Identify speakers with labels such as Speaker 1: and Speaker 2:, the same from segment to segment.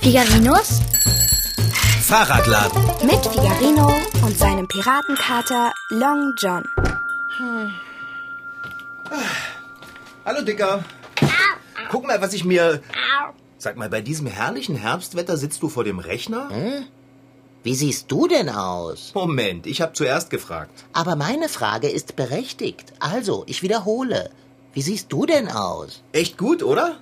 Speaker 1: Figarinos
Speaker 2: Fahrradladen.
Speaker 3: Mit Figarino und seinem Piratenkater Long John.
Speaker 2: Hallo Dicker. Guck mal, was ich mir. Sag mal, bei diesem herrlichen Herbstwetter sitzt du vor dem Rechner?
Speaker 4: Wie siehst du denn aus?
Speaker 2: Moment, ich habe zuerst gefragt.
Speaker 4: Aber meine Frage ist berechtigt. Also, ich wiederhole. Wie siehst du denn aus?
Speaker 2: Echt gut, oder?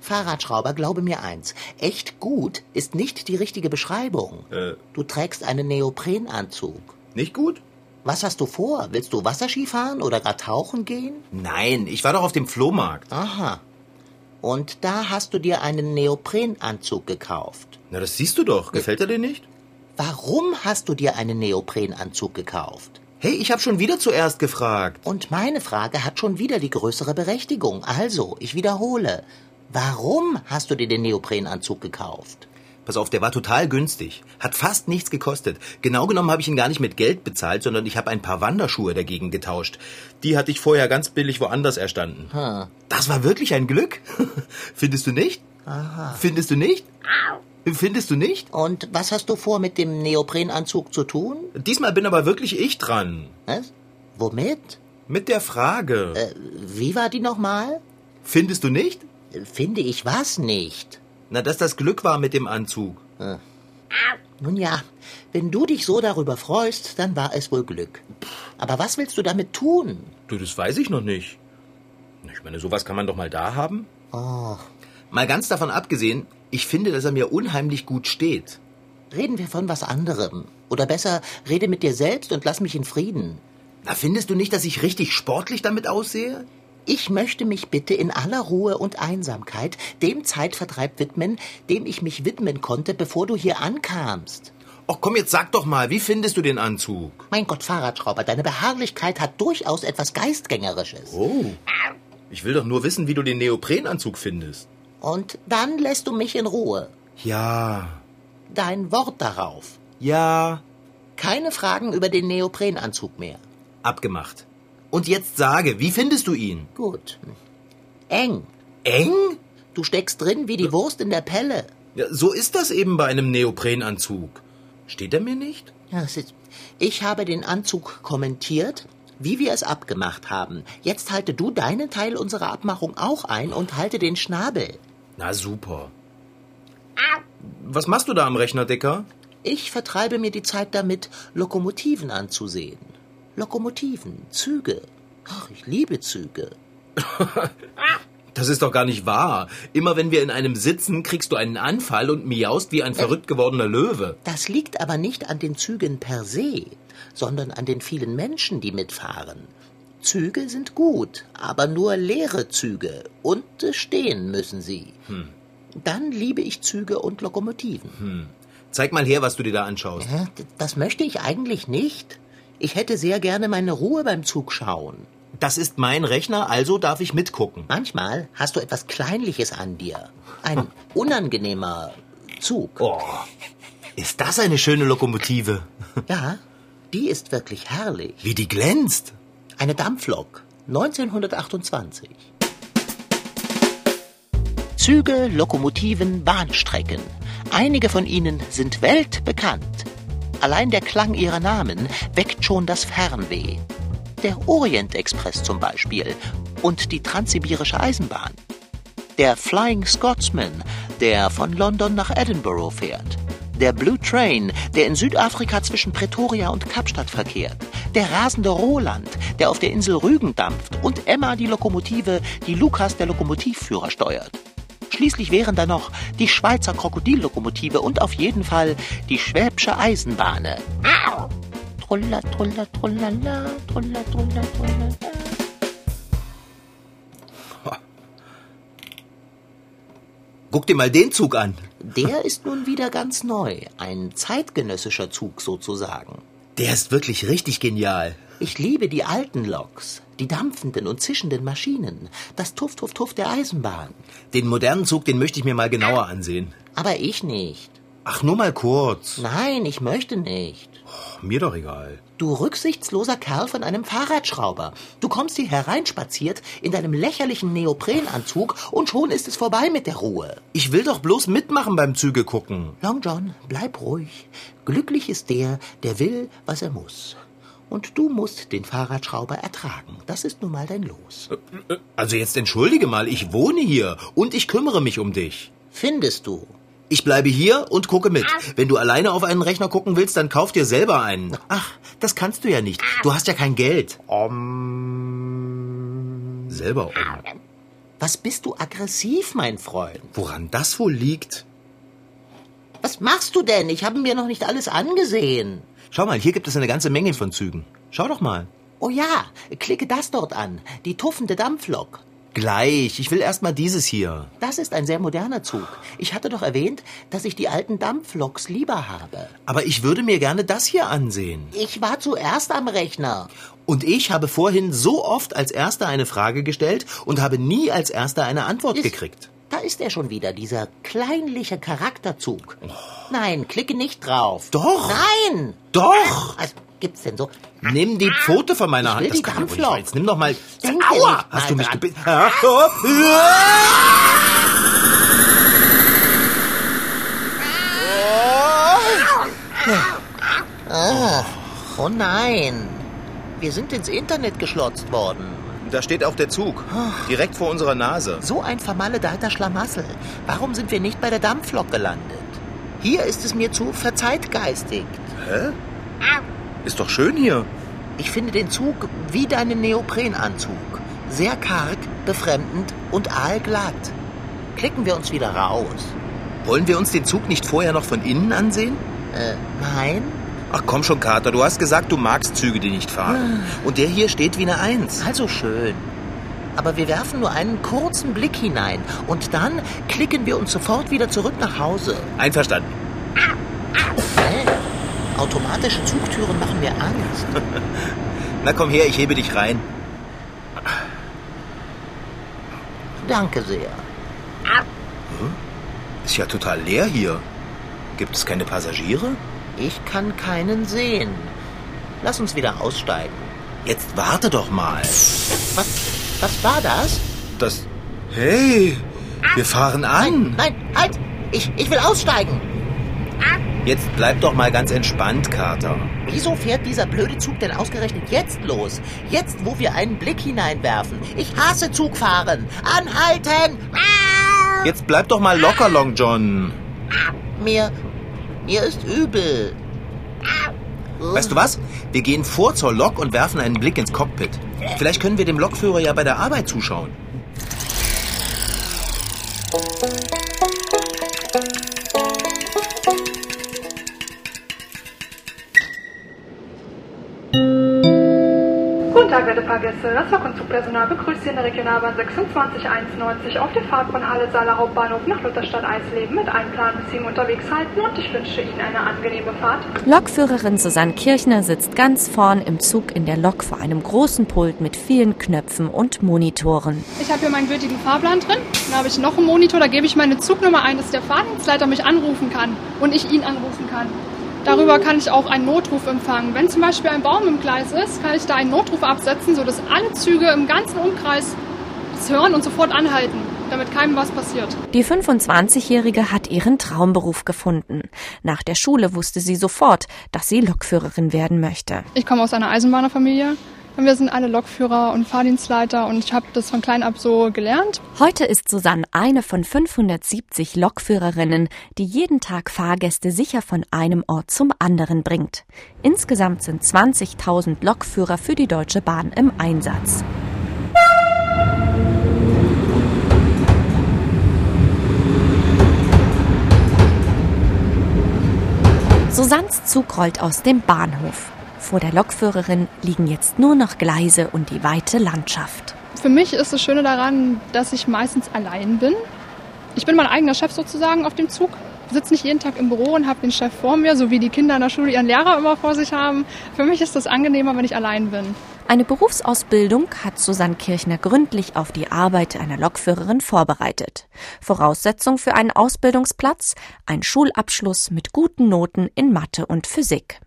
Speaker 4: Fahrradschrauber, glaube mir eins. Echt gut ist nicht die richtige Beschreibung.
Speaker 2: Äh.
Speaker 4: Du trägst einen Neoprenanzug.
Speaker 2: Nicht gut?
Speaker 4: Was hast du vor? Willst du Wasserski fahren oder gar tauchen gehen?
Speaker 2: Nein, ich war doch auf dem Flohmarkt.
Speaker 4: Aha. Und da hast du dir einen Neoprenanzug gekauft.
Speaker 2: Na, das siehst du doch. Gefällt er dir nicht?
Speaker 4: Warum hast du dir einen Neoprenanzug gekauft?
Speaker 2: Hey, ich habe schon wieder zuerst gefragt.
Speaker 4: Und meine Frage hat schon wieder die größere Berechtigung. Also, ich wiederhole. Warum hast du dir den Neoprenanzug gekauft?
Speaker 2: Pass auf, der war total günstig. Hat fast nichts gekostet. Genau genommen habe ich ihn gar nicht mit Geld bezahlt, sondern ich habe ein paar Wanderschuhe dagegen getauscht. Die hatte ich vorher ganz billig woanders erstanden.
Speaker 4: Hm.
Speaker 2: Das war wirklich ein Glück. Findest du nicht? Findest du nicht? Findest du nicht?
Speaker 4: Und was hast du vor, mit dem Neoprenanzug zu tun?
Speaker 2: Diesmal bin aber wirklich ich dran.
Speaker 4: Was? Womit?
Speaker 2: Mit der Frage.
Speaker 4: Äh, wie war die nochmal?
Speaker 2: Findest du nicht?
Speaker 4: Äh, Finde ich was nicht.
Speaker 2: Na, dass das Glück war mit dem Anzug.
Speaker 4: Nun ja, wenn du dich so darüber freust, dann war es wohl Glück. Aber was willst du damit tun?
Speaker 2: Du, das weiß ich noch nicht. Na, Ich meine, sowas kann man doch mal da haben.
Speaker 4: Oh,
Speaker 2: Mal ganz davon abgesehen, ich finde, dass er mir unheimlich gut steht.
Speaker 4: reden wir von was anderem. Oder besser, rede mit dir selbst und lass mich in Frieden.
Speaker 2: Na, findest du nicht, dass ich richtig sportlich damit aussehe?
Speaker 4: Ich möchte mich bitte in aller Ruhe und Einsamkeit dem Zeitvertreib widmen, dem ich mich widmen konnte, bevor du hier ankamst.
Speaker 2: Och komm, jetzt sag doch mal, wie findest du den Anzug?
Speaker 4: Mein Gott, Fahrradschrauber, deine Beharrlichkeit hat durchaus etwas Geistgängerisches.
Speaker 2: Oh. Ich will doch nur wissen, wie du den Neoprenanzug findest.
Speaker 4: Und dann lässt du mich in Ruhe.
Speaker 2: Ja,
Speaker 4: Dein Wort darauf.
Speaker 2: ja,
Speaker 4: Keine Fragen über den Neoprenanzug mehr.
Speaker 2: abgemacht. Und jetzt sage, wie findest du ihn?
Speaker 4: Gut. hm, Eng.
Speaker 2: Eng?
Speaker 4: Du steckst drin wie die Wurst in der Pelle.
Speaker 2: Ja, so ist das eben bei einem Neoprenanzug. Steht er mir nicht?
Speaker 4: Ja, es ist- Ich habe den Anzug kommentiert, wie wir es abgemacht haben. Jetzt halte du deinen Teil unserer Abmachung auch ein und halte den Schnabel.
Speaker 2: Na super. Was machst du da am Rechner, Dicker?
Speaker 4: Ich vertreibe mir die Zeit damit, Lokomotiven anzusehen. Lokomotiven, Züge. Ach, ich liebe Züge.
Speaker 2: Das ist doch gar nicht wahr. Immer wenn wir in einem sitzen, kriegst du einen Anfall und miaust wie ein verrückt gewordener Löwe.
Speaker 4: Das liegt aber nicht an den Zügen per se, sondern an den vielen Menschen, die mitfahren. Züge sind gut, aber nur leere Züge und äh, stehen müssen sie. Dann liebe ich Züge und Lokomotiven.
Speaker 2: Zeig mal her, was du dir da anschaust.
Speaker 4: Hä? D- Das möchte ich eigentlich nicht. Ich hätte sehr gerne meine Ruhe beim Zug schauen.
Speaker 2: Das ist mein Rechner, also darf ich mitgucken.
Speaker 4: Manchmal hast du etwas Kleinliches an dir. Ein unangenehmer Zug.
Speaker 2: Oh, ist das eine schöne Lokomotive?
Speaker 4: Ja, die ist wirklich herrlich.
Speaker 2: Wie die glänzt.
Speaker 4: Eine Dampflok, 1928. Züge, Lokomotiven, Bahnstrecken. Einige von ihnen sind weltbekannt. Allein der Klang ihrer Namen weckt schon das Fernweh. Der Orient-Express zum Beispiel und die Transsibirische Eisenbahn. Der Flying Scotsman, der von London nach Edinburgh fährt. Der Blue Train, der in Südafrika zwischen Pretoria und Kapstadt verkehrt. Der rasende Roland, der auf der Insel Rügen dampft. Und Emma, die Lokomotive, die Lukas, der Lokomotivführer, steuert. Schließlich wären da noch die Schweizer Krokodillokomotive und auf jeden Fall die Schwäbische Eisenbahne. Au! Trulla, trulla, trullala, trulla, trulla, trullala.
Speaker 2: Guck dir mal den Zug an.
Speaker 4: Der ist nun wieder ganz neu, ein zeitgenössischer Zug sozusagen.
Speaker 2: Der ist wirklich richtig genial.
Speaker 4: Ich liebe die alten Loks, die dampfenden und zischenden Maschinen, das Tuff, Tuff, Tuff der Eisenbahn.
Speaker 2: Den modernen Zug, den möchte ich mir mal genauer ansehen.
Speaker 4: Aber ich nicht.
Speaker 2: Ach, nur mal kurz.
Speaker 4: Nein, ich möchte nicht.
Speaker 2: Ach, mir doch egal.
Speaker 4: Du rücksichtsloser Kerl von einem Fahrradschrauber. Du kommst hier hereinspaziert in deinem lächerlichen Neoprenanzug und schon ist es vorbei mit der Ruhe.
Speaker 2: Ich will doch bloß mitmachen beim Züge gucken.
Speaker 4: Long John, bleib ruhig. Glücklich ist der, der will, was er muss. Und du musst den Fahrradschrauber ertragen. Das ist nun mal dein Los.
Speaker 2: Also jetzt entschuldige mal, ich wohne hier und ich kümmere mich um dich.
Speaker 4: Findest du?
Speaker 2: Ich bleibe hier und gucke mit. Wenn du alleine auf einen Rechner gucken willst, dann kauf dir selber einen. Ach, das kannst du ja nicht. Du hast ja kein Geld. Selber um.
Speaker 4: Was bist du aggressiv, mein Freund?
Speaker 2: Woran das wohl liegt?
Speaker 4: Was machst du denn? Ich habe mir noch nicht alles angesehen.
Speaker 2: Schau mal, hier gibt es eine ganze Menge von Zügen. Schau doch mal.
Speaker 4: Oh ja, klicke das dort an. Die tuffende Dampflok.
Speaker 2: Gleich. Ich will erst mal dieses hier.
Speaker 4: Das ist ein sehr moderner Zug. Ich hatte doch erwähnt, dass ich die alten Dampfloks lieber habe.
Speaker 2: Aber ich würde mir gerne das hier ansehen.
Speaker 4: Ich war zuerst am Rechner.
Speaker 2: Und ich habe vorhin so oft als Erster eine Frage gestellt und habe nie als Erster eine Antwort
Speaker 4: Ist-
Speaker 2: gekriegt.
Speaker 4: Da ist er schon wieder, dieser kleinliche Charakterzug. Nein, klicke nicht drauf.
Speaker 2: Doch.
Speaker 4: Nein!
Speaker 2: Doch!
Speaker 4: Was gibt's denn so?
Speaker 2: Nimm die Pfote von meiner
Speaker 4: will
Speaker 2: Hand.
Speaker 4: die
Speaker 2: kann ja wohl nicht
Speaker 4: Dampflok.
Speaker 2: sein. Jetzt nimm doch mal.
Speaker 4: denke
Speaker 2: Aua!
Speaker 4: nicht mal
Speaker 2: Hast du mich
Speaker 4: dran.
Speaker 2: gebissen? Ah, hopp. Ah!
Speaker 4: Oh nein! Wir sind ins Internet geschlotzt worden.
Speaker 2: Da steht auch der Zug. Direkt vor unserer Nase.
Speaker 4: So ein vermaledeiter Schlamassel. Warum sind wir nicht bei der Dampflok gelandet? Hier ist es mir zu verzeitgeistigt.
Speaker 2: Hä? Ist doch schön hier.
Speaker 4: Ich finde den Zug wie deinen Neoprenanzug. Sehr karg, befremdend und aalglatt. Klicken wir uns wieder raus.
Speaker 2: Wollen wir uns den Zug nicht vorher noch von innen ansehen?
Speaker 4: Äh, nein?
Speaker 2: Ach komm schon, Kater, du hast gesagt, du magst Züge, die nicht fahren. Und der hier steht wie eine Eins.
Speaker 4: Ah. Also schön. Aber wir werfen nur einen kurzen Blick hinein und dann klicken wir uns sofort wieder zurück nach Hause.
Speaker 2: Einverstanden.
Speaker 4: Hä? Automatische Zugtüren machen mir Angst.
Speaker 2: Na komm her, ich hebe dich rein.
Speaker 4: Danke sehr.
Speaker 2: Ist ja total leer hier. Gibt es keine Passagiere?
Speaker 4: Ich kann keinen sehen. Lass uns wieder aussteigen.
Speaker 2: Jetzt warte doch mal.
Speaker 4: Was, was war das?
Speaker 2: Das. Hey, wir fahren an.
Speaker 4: Nein, halt! Ich, ich will aussteigen!
Speaker 2: Jetzt bleib doch mal ganz entspannt, Kater.
Speaker 4: Wieso fährt dieser blöde Zug denn ausgerechnet jetzt los? Jetzt, wo wir einen Blick hineinwerfen. Ich hasse Zugfahren. Anhalten!
Speaker 2: Jetzt bleib doch mal locker, Long John.
Speaker 4: Mir, mir ist übel.
Speaker 2: Weißt du was? Wir gehen vor zur Lok und werfen einen Blick ins Cockpit. Vielleicht können wir dem Lokführer ja bei der Arbeit zuschauen.
Speaker 5: Guten Tag, werte Fahrgäste. Das Lokenzugpersonal begrüßt Sie in der Regionalbahn 2691 auf der Fahrt von Halle Saale Hauptbahnhof nach Lutherstadt Eisleben mit Einplan bis Sie unterwegs halten und ich wünsche Ihnen eine angenehme Fahrt.
Speaker 6: Lokführerin Susanne Kirchner sitzt ganz vorn im Zug in der Lok vor einem großen Pult mit vielen Knöpfen und Monitoren.
Speaker 7: Ich habe hier meinen gültigen Fahrplan drin. Dann habe ich noch einen Monitor, da gebe ich meine Zugnummer ein, dass der Fahrdienstleiter mich anrufen kann und ich ihn anrufen kann. Darüber kann ich auch einen Notruf empfangen. Wenn zum Beispiel ein Baum im Gleis ist, kann ich da einen Notruf absetzen, sodass alle Züge im ganzen Umkreis es hören und sofort anhalten, damit keinem was passiert.
Speaker 6: Die 25-Jährige hat ihren Traumberuf gefunden. Nach der Schule wusste sie sofort, dass sie Lokführerin werden möchte.
Speaker 7: Ich komme aus einer Eisenbahnerfamilie. Und wir sind alle Lokführer und Fahrdienstleiter und ich habe das von klein ab so gelernt.
Speaker 6: Heute ist Susanne eine von 570 Lokführerinnen, die jeden Tag Fahrgäste sicher von einem Ort zum anderen bringt. Insgesamt sind 20.000 Lokführer für die Deutsche Bahn im Einsatz. Susannes Zug rollt aus dem Bahnhof. Vor der Lokführerin liegen jetzt nur noch Gleise und die weite Landschaft.
Speaker 7: Für mich ist das Schöne daran, dass ich meistens allein bin. Ich bin mein eigener Chef sozusagen auf dem Zug. Sitze nicht jeden Tag im Büro und habe den Chef vor mir, so wie die Kinder in der Schule ihren Lehrer immer vor sich haben. Für mich ist das angenehmer, wenn ich allein bin.
Speaker 6: Eine Berufsausbildung hat Susanne Kirchner gründlich auf die Arbeit einer Lokführerin vorbereitet. Voraussetzung für einen Ausbildungsplatz ein Schulabschluss mit guten Noten in Mathe und Physik.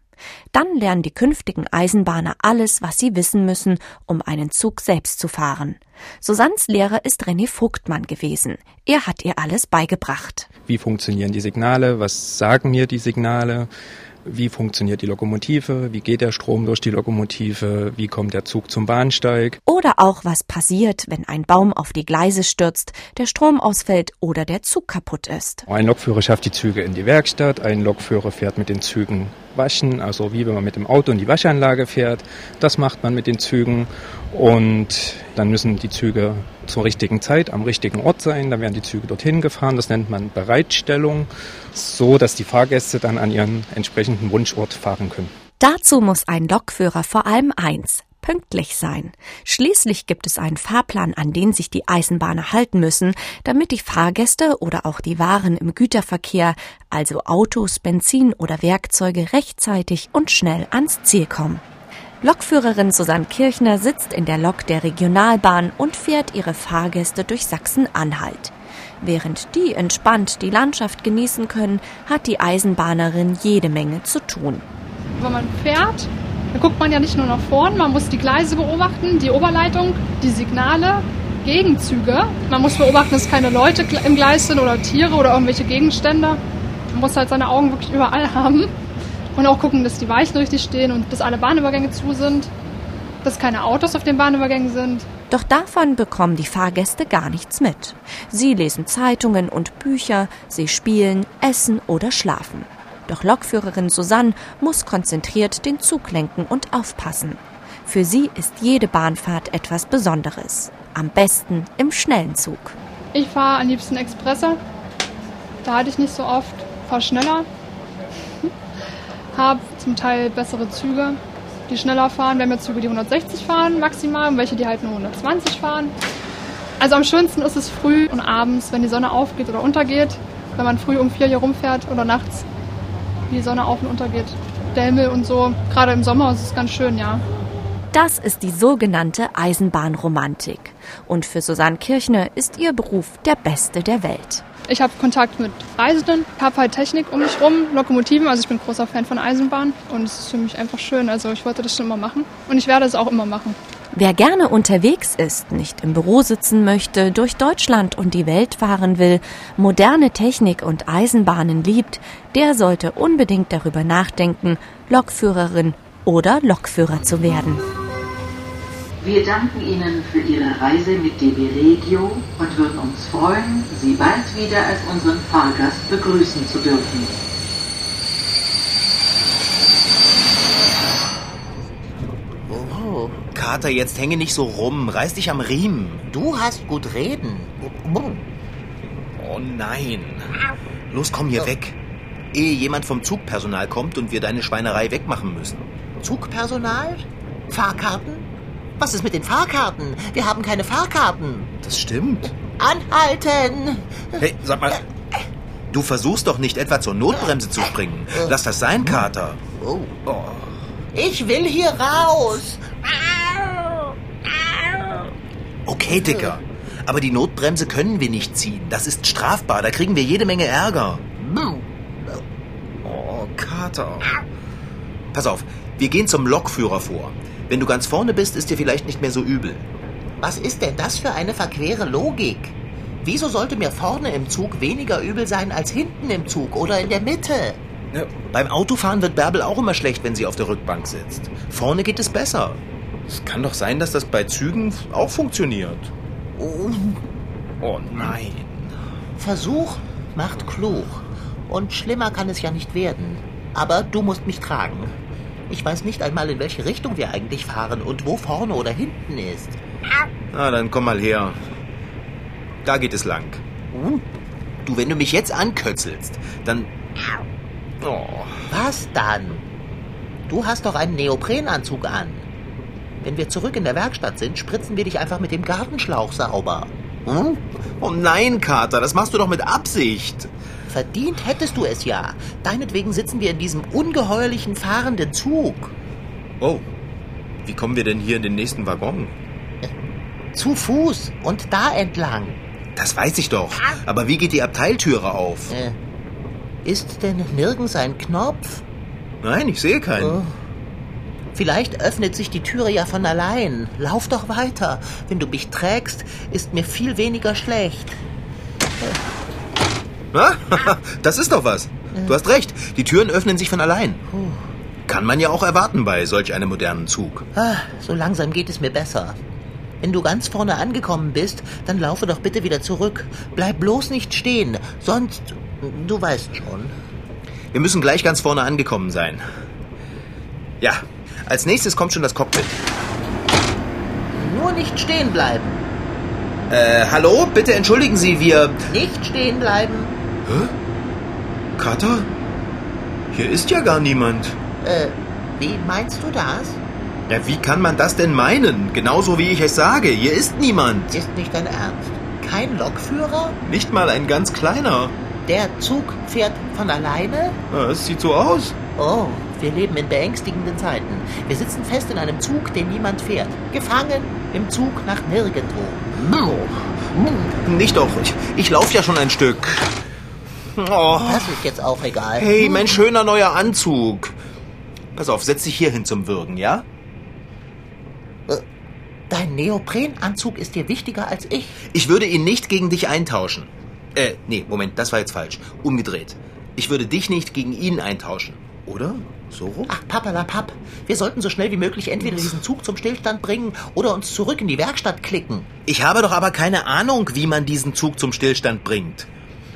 Speaker 6: Dann lernen die künftigen Eisenbahner alles, was sie wissen müssen, um einen Zug selbst zu fahren. Susannes Lehrer ist René Vogtmann gewesen. Er hat ihr alles beigebracht.
Speaker 8: Wie funktionieren die Signale? Was sagen mir die Signale? Wie funktioniert die Lokomotive? Wie geht der Strom durch die Lokomotive? Wie kommt der Zug zum Bahnsteig?
Speaker 6: Oder auch, was passiert, wenn ein Baum auf die Gleise stürzt, der Strom ausfällt oder der Zug kaputt ist.
Speaker 8: Ein Lokführer schafft die Züge in die Werkstatt, ein Lokführer fährt mit den Zügen waschen, also wie wenn man mit dem Auto in die Waschanlage fährt. Das macht man mit den Zügen und dann müssen die Züge zur richtigen Zeit am richtigen Ort sein. Dann werden die Züge dorthin gefahren. Das nennt man Bereitstellung, so dass die Fahrgäste dann an ihren entsprechenden Wunschort fahren können.
Speaker 6: Dazu muss ein Lokführer vor allem eins pünktlich sein. Schließlich gibt es einen Fahrplan, an den sich die Eisenbahner halten müssen, damit die Fahrgäste oder auch die Waren im Güterverkehr, also Autos, Benzin oder Werkzeuge rechtzeitig und schnell ans Ziel kommen. Lokführerin Susanne Kirchner sitzt in der Lok der Regionalbahn und fährt ihre Fahrgäste durch Sachsen-Anhalt. Während die entspannt die Landschaft genießen können, hat die Eisenbahnerin jede Menge zu tun.
Speaker 7: Wenn man fährt, dann guckt man ja nicht nur nach vorn, man muss die Gleise beobachten, die Oberleitung, die Signale, Gegenzüge. Man muss beobachten, dass keine Leute im Gleis sind oder Tiere oder irgendwelche Gegenstände. Man muss halt seine Augen wirklich überall haben. Und auch gucken, dass die Weichen richtig stehen und dass alle Bahnübergänge zu sind, dass keine Autos auf den Bahnübergängen sind.
Speaker 6: Doch davon bekommen die Fahrgäste gar nichts mit. Sie lesen Zeitungen und Bücher, sie spielen, essen oder schlafen. Doch Lokführerin Susanne muss konzentriert den Zug lenken und aufpassen. Für sie ist jede Bahnfahrt etwas Besonderes. Am besten im schnellen Zug.
Speaker 7: Ich fahre am liebsten Expresse. Da hatte ich nicht so oft. Fahre schneller. Hab zum Teil bessere Züge, die schneller fahren. Wir haben ja Züge, die 160 fahren maximal und welche, die halt nur 120 fahren. Also am schönsten ist es früh und abends, wenn die Sonne aufgeht oder untergeht. Wenn man früh um vier hier rumfährt oder nachts, wie die Sonne auf und untergeht. Der Himmel und so. Gerade im Sommer ist es ganz schön, ja.
Speaker 6: Das ist die sogenannte Eisenbahnromantik. Und für Susanne Kirchner ist ihr Beruf der beste der Welt.
Speaker 7: Ich habe Kontakt mit Reisenden, habe halt Technik um mich rum, Lokomotiven. Also ich bin großer Fan von Eisenbahn und es ist für mich einfach schön. Also ich wollte das schon immer machen und ich werde es auch immer machen.
Speaker 6: Wer gerne unterwegs ist, nicht im Büro sitzen möchte, durch Deutschland und die Welt fahren will, moderne Technik und Eisenbahnen liebt, der sollte unbedingt darüber nachdenken, Lokführerin oder Lokführer zu werden.
Speaker 9: Wir danken Ihnen für Ihre Reise mit DB Regio und würden uns freuen, Sie bald wieder als unseren Fahrgast begrüßen zu dürfen.
Speaker 4: Oh,
Speaker 2: Kater, jetzt hänge nicht so rum. Reiß dich am Riemen.
Speaker 4: du hast gut reden.
Speaker 2: Oh nein. Los, komm hier weg. Ehe jemand vom Zugpersonal kommt und wir deine Schweinerei wegmachen müssen.
Speaker 4: Zugpersonal? Fahrkarten? Was ist mit den Fahrkarten? Wir haben keine Fahrkarten.
Speaker 2: Das stimmt.
Speaker 4: Anhalten!
Speaker 2: Hey, sag mal. Du versuchst doch nicht etwa zur Notbremse zu springen. Lass das sein, Kater.
Speaker 4: Ich will hier raus!
Speaker 2: Okay, Dicker. Aber die Notbremse können wir nicht ziehen. Das ist strafbar. Da kriegen wir jede Menge Ärger. Oh, Kater. Pass auf, wir gehen zum Lokführer vor. Wenn du ganz vorne bist, ist dir vielleicht nicht mehr so übel.
Speaker 4: Was ist denn das für eine verquere Logik? Wieso sollte mir vorne im Zug weniger übel sein als hinten im Zug oder in der Mitte?
Speaker 2: Ne, Beim Autofahren wird Bärbel auch immer schlecht, wenn sie auf der Rückbank sitzt. Vorne geht es besser. Es kann doch sein, dass das bei Zügen auch funktioniert. Oh, nein.
Speaker 4: Versuch macht klug. Und schlimmer kann es ja nicht werden. Aber du musst mich tragen. Ich weiß nicht einmal, in welche Richtung wir eigentlich fahren und wo vorne oder hinten ist.
Speaker 2: Na, dann komm mal her. Da geht es lang. Du, wenn du mich jetzt ankötzelst, dann... Oh.
Speaker 4: Was dann? Du hast doch einen Neoprenanzug an. Wenn wir zurück in der Werkstatt sind, spritzen wir dich einfach mit dem Gartenschlauch sauber. Hm?
Speaker 2: oh nein, Kater, das machst du doch mit Absicht.
Speaker 4: Verdient hättest du es ja. Deinetwegen sitzen wir in diesem ungeheuerlichen fahrenden Zug.
Speaker 2: Oh, Wie kommen wir denn hier in den nächsten Waggon?
Speaker 4: Zu Fuß und da entlang.
Speaker 2: Das weiß ich doch. Aber wie geht die Abteiltüre auf?
Speaker 4: Äh, ist denn nirgends ein Knopf?
Speaker 2: Nein, ich sehe keinen.
Speaker 4: Oh. Vielleicht öffnet sich die Türe ja von allein. Lauf doch weiter. Wenn du mich trägst, ist mir viel weniger schlecht.
Speaker 2: Na? das ist doch was. Du hast recht. Die Türen öffnen sich von allein. Kann man ja auch erwarten bei solch einem modernen Zug.
Speaker 4: Ah, so langsam geht es mir besser. Wenn du ganz vorne angekommen bist, dann laufe doch bitte wieder zurück. Bleib bloß nicht stehen, sonst, du weißt schon.
Speaker 2: Wir müssen gleich ganz vorne angekommen sein. Ja, als nächstes kommt schon das Cockpit.
Speaker 4: Nur nicht stehen bleiben.
Speaker 2: Äh, hallo? Bitte entschuldigen Sie, wir...
Speaker 4: Nicht stehen bleiben.
Speaker 2: Kater? Hier ist ja gar niemand.
Speaker 4: Äh, wie meinst du das?
Speaker 2: Ja, wie kann man das denn meinen? Genauso wie ich es sage. Hier ist niemand.
Speaker 4: Ist nicht dein Ernst. Kein Lokführer?
Speaker 2: Nicht mal ein ganz kleiner.
Speaker 4: Der Zug fährt von alleine?
Speaker 2: Ja, Es sieht so aus.
Speaker 4: Oh, wir leben in beängstigenden Zeiten. Wir sitzen fest in einem Zug, den niemand fährt. Gefangen im Zug nach nirgendwo.
Speaker 2: Nicht doch. Ich, ich laufe ja schon ein Stück. Oh.
Speaker 4: Das ist jetzt auch egal.
Speaker 2: Hey, mein schöner neuer Anzug. Pass auf, setz dich hier hin zum Würgen, ja?
Speaker 4: Dein Neoprenanzug ist dir wichtiger als ich.
Speaker 2: Ich würde ihn nicht gegen dich eintauschen. Äh, nee, Moment, das war jetzt falsch. Umgedreht. Ich würde dich nicht gegen ihn eintauschen. Oder? So rum?
Speaker 4: Ach, pappalapapp. Wir sollten so schnell wie möglich entweder diesen Zug zum Stillstand bringen oder uns zurück in die Werkstatt klicken.
Speaker 2: Ich habe doch aber keine Ahnung, wie man diesen Zug zum Stillstand bringt.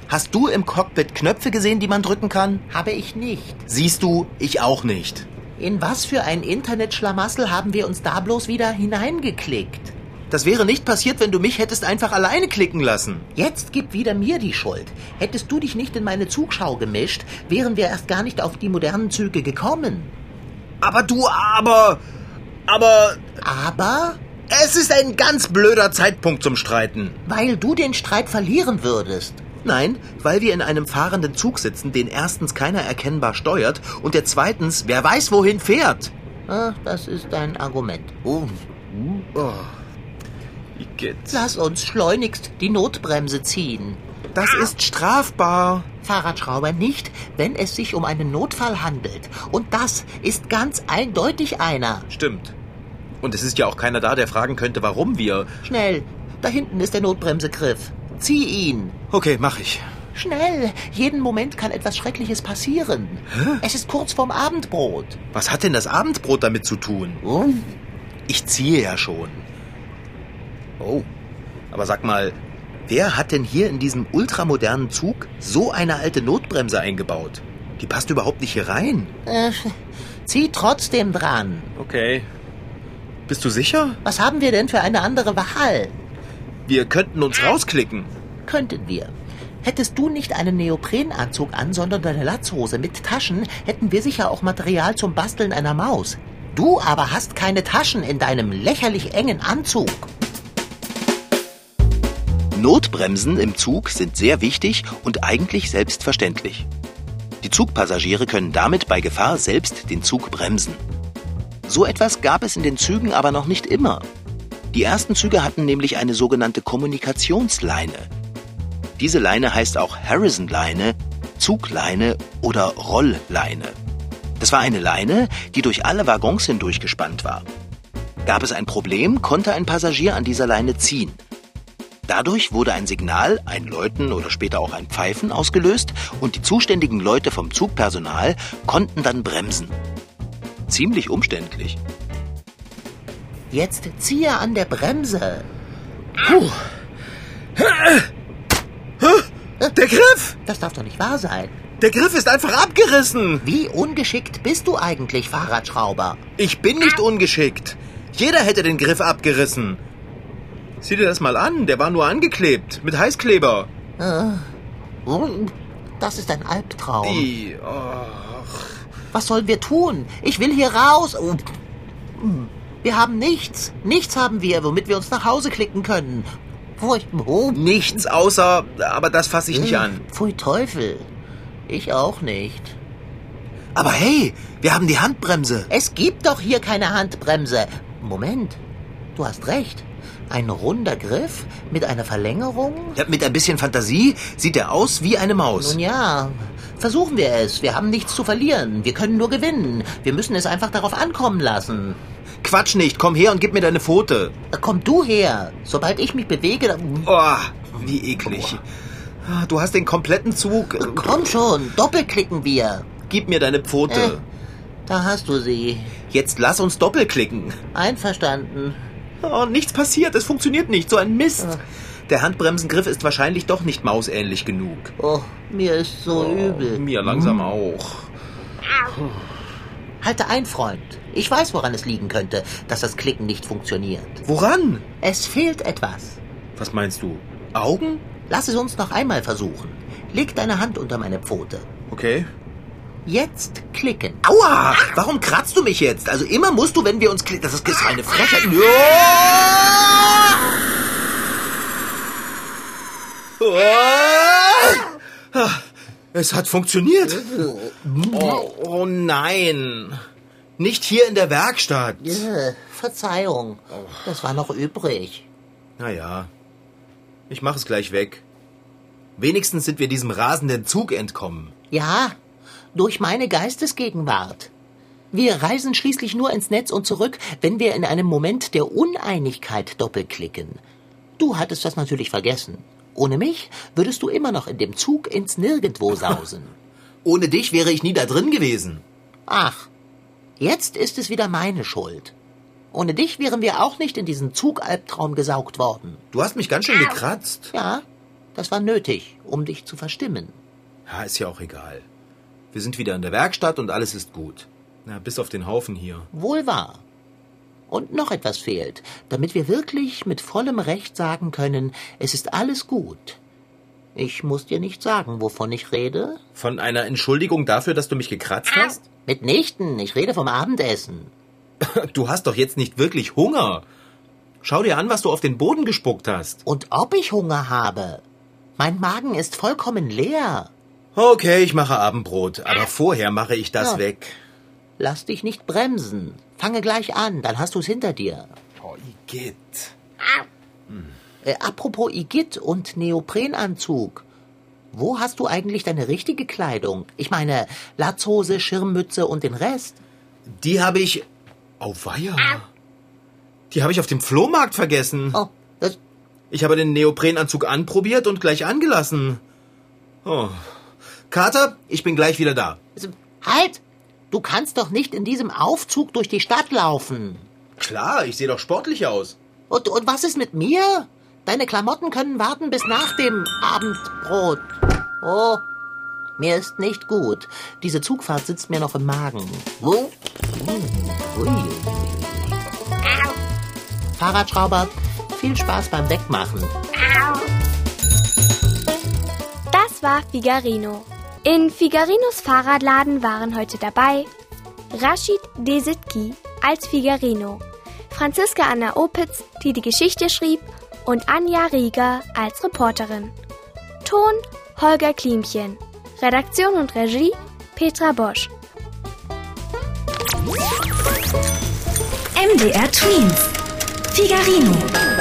Speaker 2: Hast du im Cockpit Knöpfe gesehen, die man drücken kann?
Speaker 4: Habe ich nicht.
Speaker 2: Siehst du, ich auch nicht.
Speaker 4: In was für ein Internetschlamassel haben wir uns da bloß wieder hineingeklickt?
Speaker 2: Das wäre nicht passiert, wenn du mich hättest einfach alleine klicken lassen.
Speaker 4: Jetzt gib wieder mir die Schuld. Hättest du dich nicht in meine Zugschau gemischt, wären wir erst gar nicht auf die modernen Züge gekommen.
Speaker 2: Aber du aber. Aber.
Speaker 4: Aber
Speaker 2: Es ist ein ganz blöder Zeitpunkt zum Streiten.
Speaker 4: weil du den Streit verlieren würdest.
Speaker 2: Nein, weil wir in einem fahrenden Zug sitzen, den erstens keiner erkennbar steuert und der zweitens, wer weiß wohin fährt.
Speaker 4: Ach, das ist dein Argument.
Speaker 2: Oh. oh. Igitt.
Speaker 4: Lass uns schleunigst die Notbremse ziehen.
Speaker 2: Das ist strafbar.
Speaker 4: Fahrradschrauber nicht, wenn es sich um einen Notfall handelt. Und das ist ganz eindeutig einer.
Speaker 2: Stimmt. Und es ist ja auch keiner da, der fragen könnte, warum wir.
Speaker 4: Schnell, da hinten ist der Notbremsegriff. Zieh ihn.
Speaker 2: Okay, mach ich.
Speaker 4: Schnell, jeden Moment kann etwas Schreckliches passieren. Es ist kurz vorm Abendbrot.
Speaker 2: Was hat denn das Abendbrot damit zu tun?
Speaker 4: Und?
Speaker 2: Ich ziehe ja schon. Oh. Aber sag mal, wer hat denn hier in diesem ultramodernen Zug so eine alte Notbremse eingebaut? Die passt überhaupt nicht hier rein.
Speaker 4: Äh, zieh trotzdem dran.
Speaker 2: Okay. Bist du sicher?
Speaker 4: Was haben wir denn für eine andere Wahl?
Speaker 2: Wir könnten uns rausklicken.
Speaker 4: Könnten wir. Hättest du nicht einen Neoprenanzug an, sondern deine Latzhose mit Taschen, hätten wir sicher auch Material zum Basteln einer Maus. Du aber hast keine Taschen in deinem lächerlich engen Anzug.
Speaker 2: Notbremsen im Zug sind sehr wichtig und eigentlich selbstverständlich. Die Zugpassagiere können damit bei Gefahr selbst den Zug bremsen. So etwas gab es in den Zügen aber noch nicht immer. Die ersten Züge hatten nämlich eine sogenannte Kommunikationsleine. Diese Leine heißt auch Harrison-Leine, Zugleine oder Rollleine. Das war eine Leine, die durch alle Waggons hindurch gespannt war. Gab es ein Problem, konnte ein Passagier an dieser Leine ziehen. Dadurch wurde ein Signal, ein Läuten oder später auch ein Pfeifen ausgelöst und die zuständigen Leute vom Zugpersonal konnten dann bremsen. Ziemlich umständlich.
Speaker 4: Jetzt ziehe an der Bremse.
Speaker 2: Der Griff!
Speaker 4: Das darf doch nicht wahr sein.
Speaker 2: Der Griff ist einfach abgerissen!
Speaker 4: Wie ungeschickt bist du eigentlich, Fahrradschrauber?
Speaker 2: Ich bin nicht ungeschickt. Jeder hätte den Griff abgerissen. Sieh dir das mal an, der war nur angeklebt, mit Heißkleber.
Speaker 4: Hm, Das ist ein Albtraum.
Speaker 2: I, oh.
Speaker 4: Was sollen wir tun? Ich will hier raus. Oh. hm, Wir haben nichts. Nichts haben wir, womit wir uns nach Hause klicken können. Pfui, oh, Hm,
Speaker 2: Nichts außer, Hm. aber das fasse ich nicht an.
Speaker 4: Pfui Teufel. Ich auch nicht.
Speaker 2: Aber hey, wir haben die Handbremse.
Speaker 4: Es gibt doch hier keine Handbremse. Moment, du hast recht. Ein runder Griff mit einer Verlängerung?
Speaker 2: Ja, mit ein bisschen Fantasie sieht er aus wie eine Maus.
Speaker 4: Nun ja, versuchen wir es. Wir haben nichts zu verlieren. Wir können nur gewinnen. Wir müssen es einfach darauf ankommen lassen.
Speaker 2: Quatsch nicht, komm her und gib mir deine Pfote.
Speaker 4: Da Komm du her. Sobald ich mich bewege, dann...
Speaker 2: Oh, wie eklig. Ah, Du hast den kompletten Zug.
Speaker 4: Komm schon, doppelklicken wir. Äh,
Speaker 2: Gib mir deine Pfote.
Speaker 4: Da hast du sie.
Speaker 2: Jetzt lass uns doppelklicken.
Speaker 4: Einverstanden.
Speaker 2: Oh, nichts passiert, es funktioniert nicht, so ein Mist. Der Handbremsengriff ist wahrscheinlich doch nicht mausähnlich genug.
Speaker 4: Oh, mir ist so übel.
Speaker 2: Oh, Mir langsam auch.
Speaker 4: Halte ein, Freund. Ich weiß, woran es liegen könnte, dass das Klicken nicht funktioniert.
Speaker 2: Woran?
Speaker 4: Es fehlt etwas.
Speaker 2: Was meinst du? Augen?
Speaker 4: Lass es uns noch einmal versuchen. Leg deine Hand unter meine Pfote.
Speaker 2: Okay.
Speaker 4: Jetzt klicken.
Speaker 2: Aua! Warum kratzt du mich jetzt? Also immer musst du, wenn wir uns klicken. Das ist eine Frechheit. Nö. Oh! Ah, Es hat funktioniert. Oh, oh nein. Nicht hier in der Werkstatt.
Speaker 4: Äh, Verzeihung. Das war noch übrig.
Speaker 2: Naja, ich mach es gleich weg. Wenigstens sind wir diesem rasenden Zug entkommen.
Speaker 4: Ja, durch meine Geistesgegenwart. Wir reisen schließlich nur ins Netz und zurück, wenn wir in einem Moment der Uneinigkeit doppelklicken. Du hattest das natürlich vergessen. Ohne mich würdest du immer noch in dem Zug ins Nirgendwo sausen.
Speaker 2: Ohne dich wäre ich nie da drin gewesen.
Speaker 4: Ach, jetzt ist es wieder meine Schuld. Ohne dich wären wir auch nicht in diesen Zugalbtraum gesaugt worden.
Speaker 2: Du hast mich ganz schön gekratzt.
Speaker 4: Ja, das war nötig, um dich zu verstimmen.
Speaker 2: Ja, ist ja auch egal. Wir sind wieder in der Werkstatt und alles ist gut. Na, bis auf den Haufen hier.
Speaker 4: Wohl wahr. Und noch etwas fehlt, damit wir wirklich mit vollem Recht sagen können, es ist alles gut. Ich muss dir nicht sagen, wovon ich rede.
Speaker 2: Von einer Entschuldigung dafür, dass du mich gekratzt hast?
Speaker 4: Mitnichten, ich rede vom Abendessen.
Speaker 2: Du hast doch jetzt nicht wirklich Hunger. Schau dir an, was du auf den Boden gespuckt hast.
Speaker 4: Und ob ich Hunger habe. Mein Magen ist vollkommen leer.
Speaker 2: Okay, ich mache Abendbrot, aber vorher mache ich das
Speaker 4: Ja.
Speaker 2: weg.
Speaker 4: Lass dich nicht bremsen. Fange gleich an, dann hast du's hinter dir.
Speaker 2: Oh, Igitt.
Speaker 4: Äh, apropos Igitt und Neoprenanzug. Wo hast du eigentlich deine richtige Kleidung? Ich meine, Latzhose, Schirmmütze und den Rest?
Speaker 2: Die habe ich. Auweia. Die habe ich auf dem Flohmarkt vergessen.
Speaker 4: Oh, das,
Speaker 2: Ich habe den Neoprenanzug anprobiert und gleich angelassen. Oh. Kater, ich bin gleich wieder da.
Speaker 4: Halt! Du kannst doch nicht in diesem Aufzug durch die Stadt laufen.
Speaker 2: Klar, ich sehe doch sportlich aus.
Speaker 4: Und, und was ist mit mir? Deine Klamotten können warten bis nach dem Abendbrot. Oh, mir ist nicht gut. Diese Zugfahrt sitzt mir noch im Magen. Wo? Hm, ui. Fahrradschrauber, viel Spaß beim Wegmachen.
Speaker 1: Das war Figarino. In Figarinos Fahrradladen waren heute dabei Rashid Desitki als Figarino, Franziska Anna Opitz, die die Geschichte schrieb, und Anja Rieger als Reporterin. Ton Holger Klimchen. Redaktion und Regie Petra Bosch.
Speaker 10: MDR Twins. Figarino.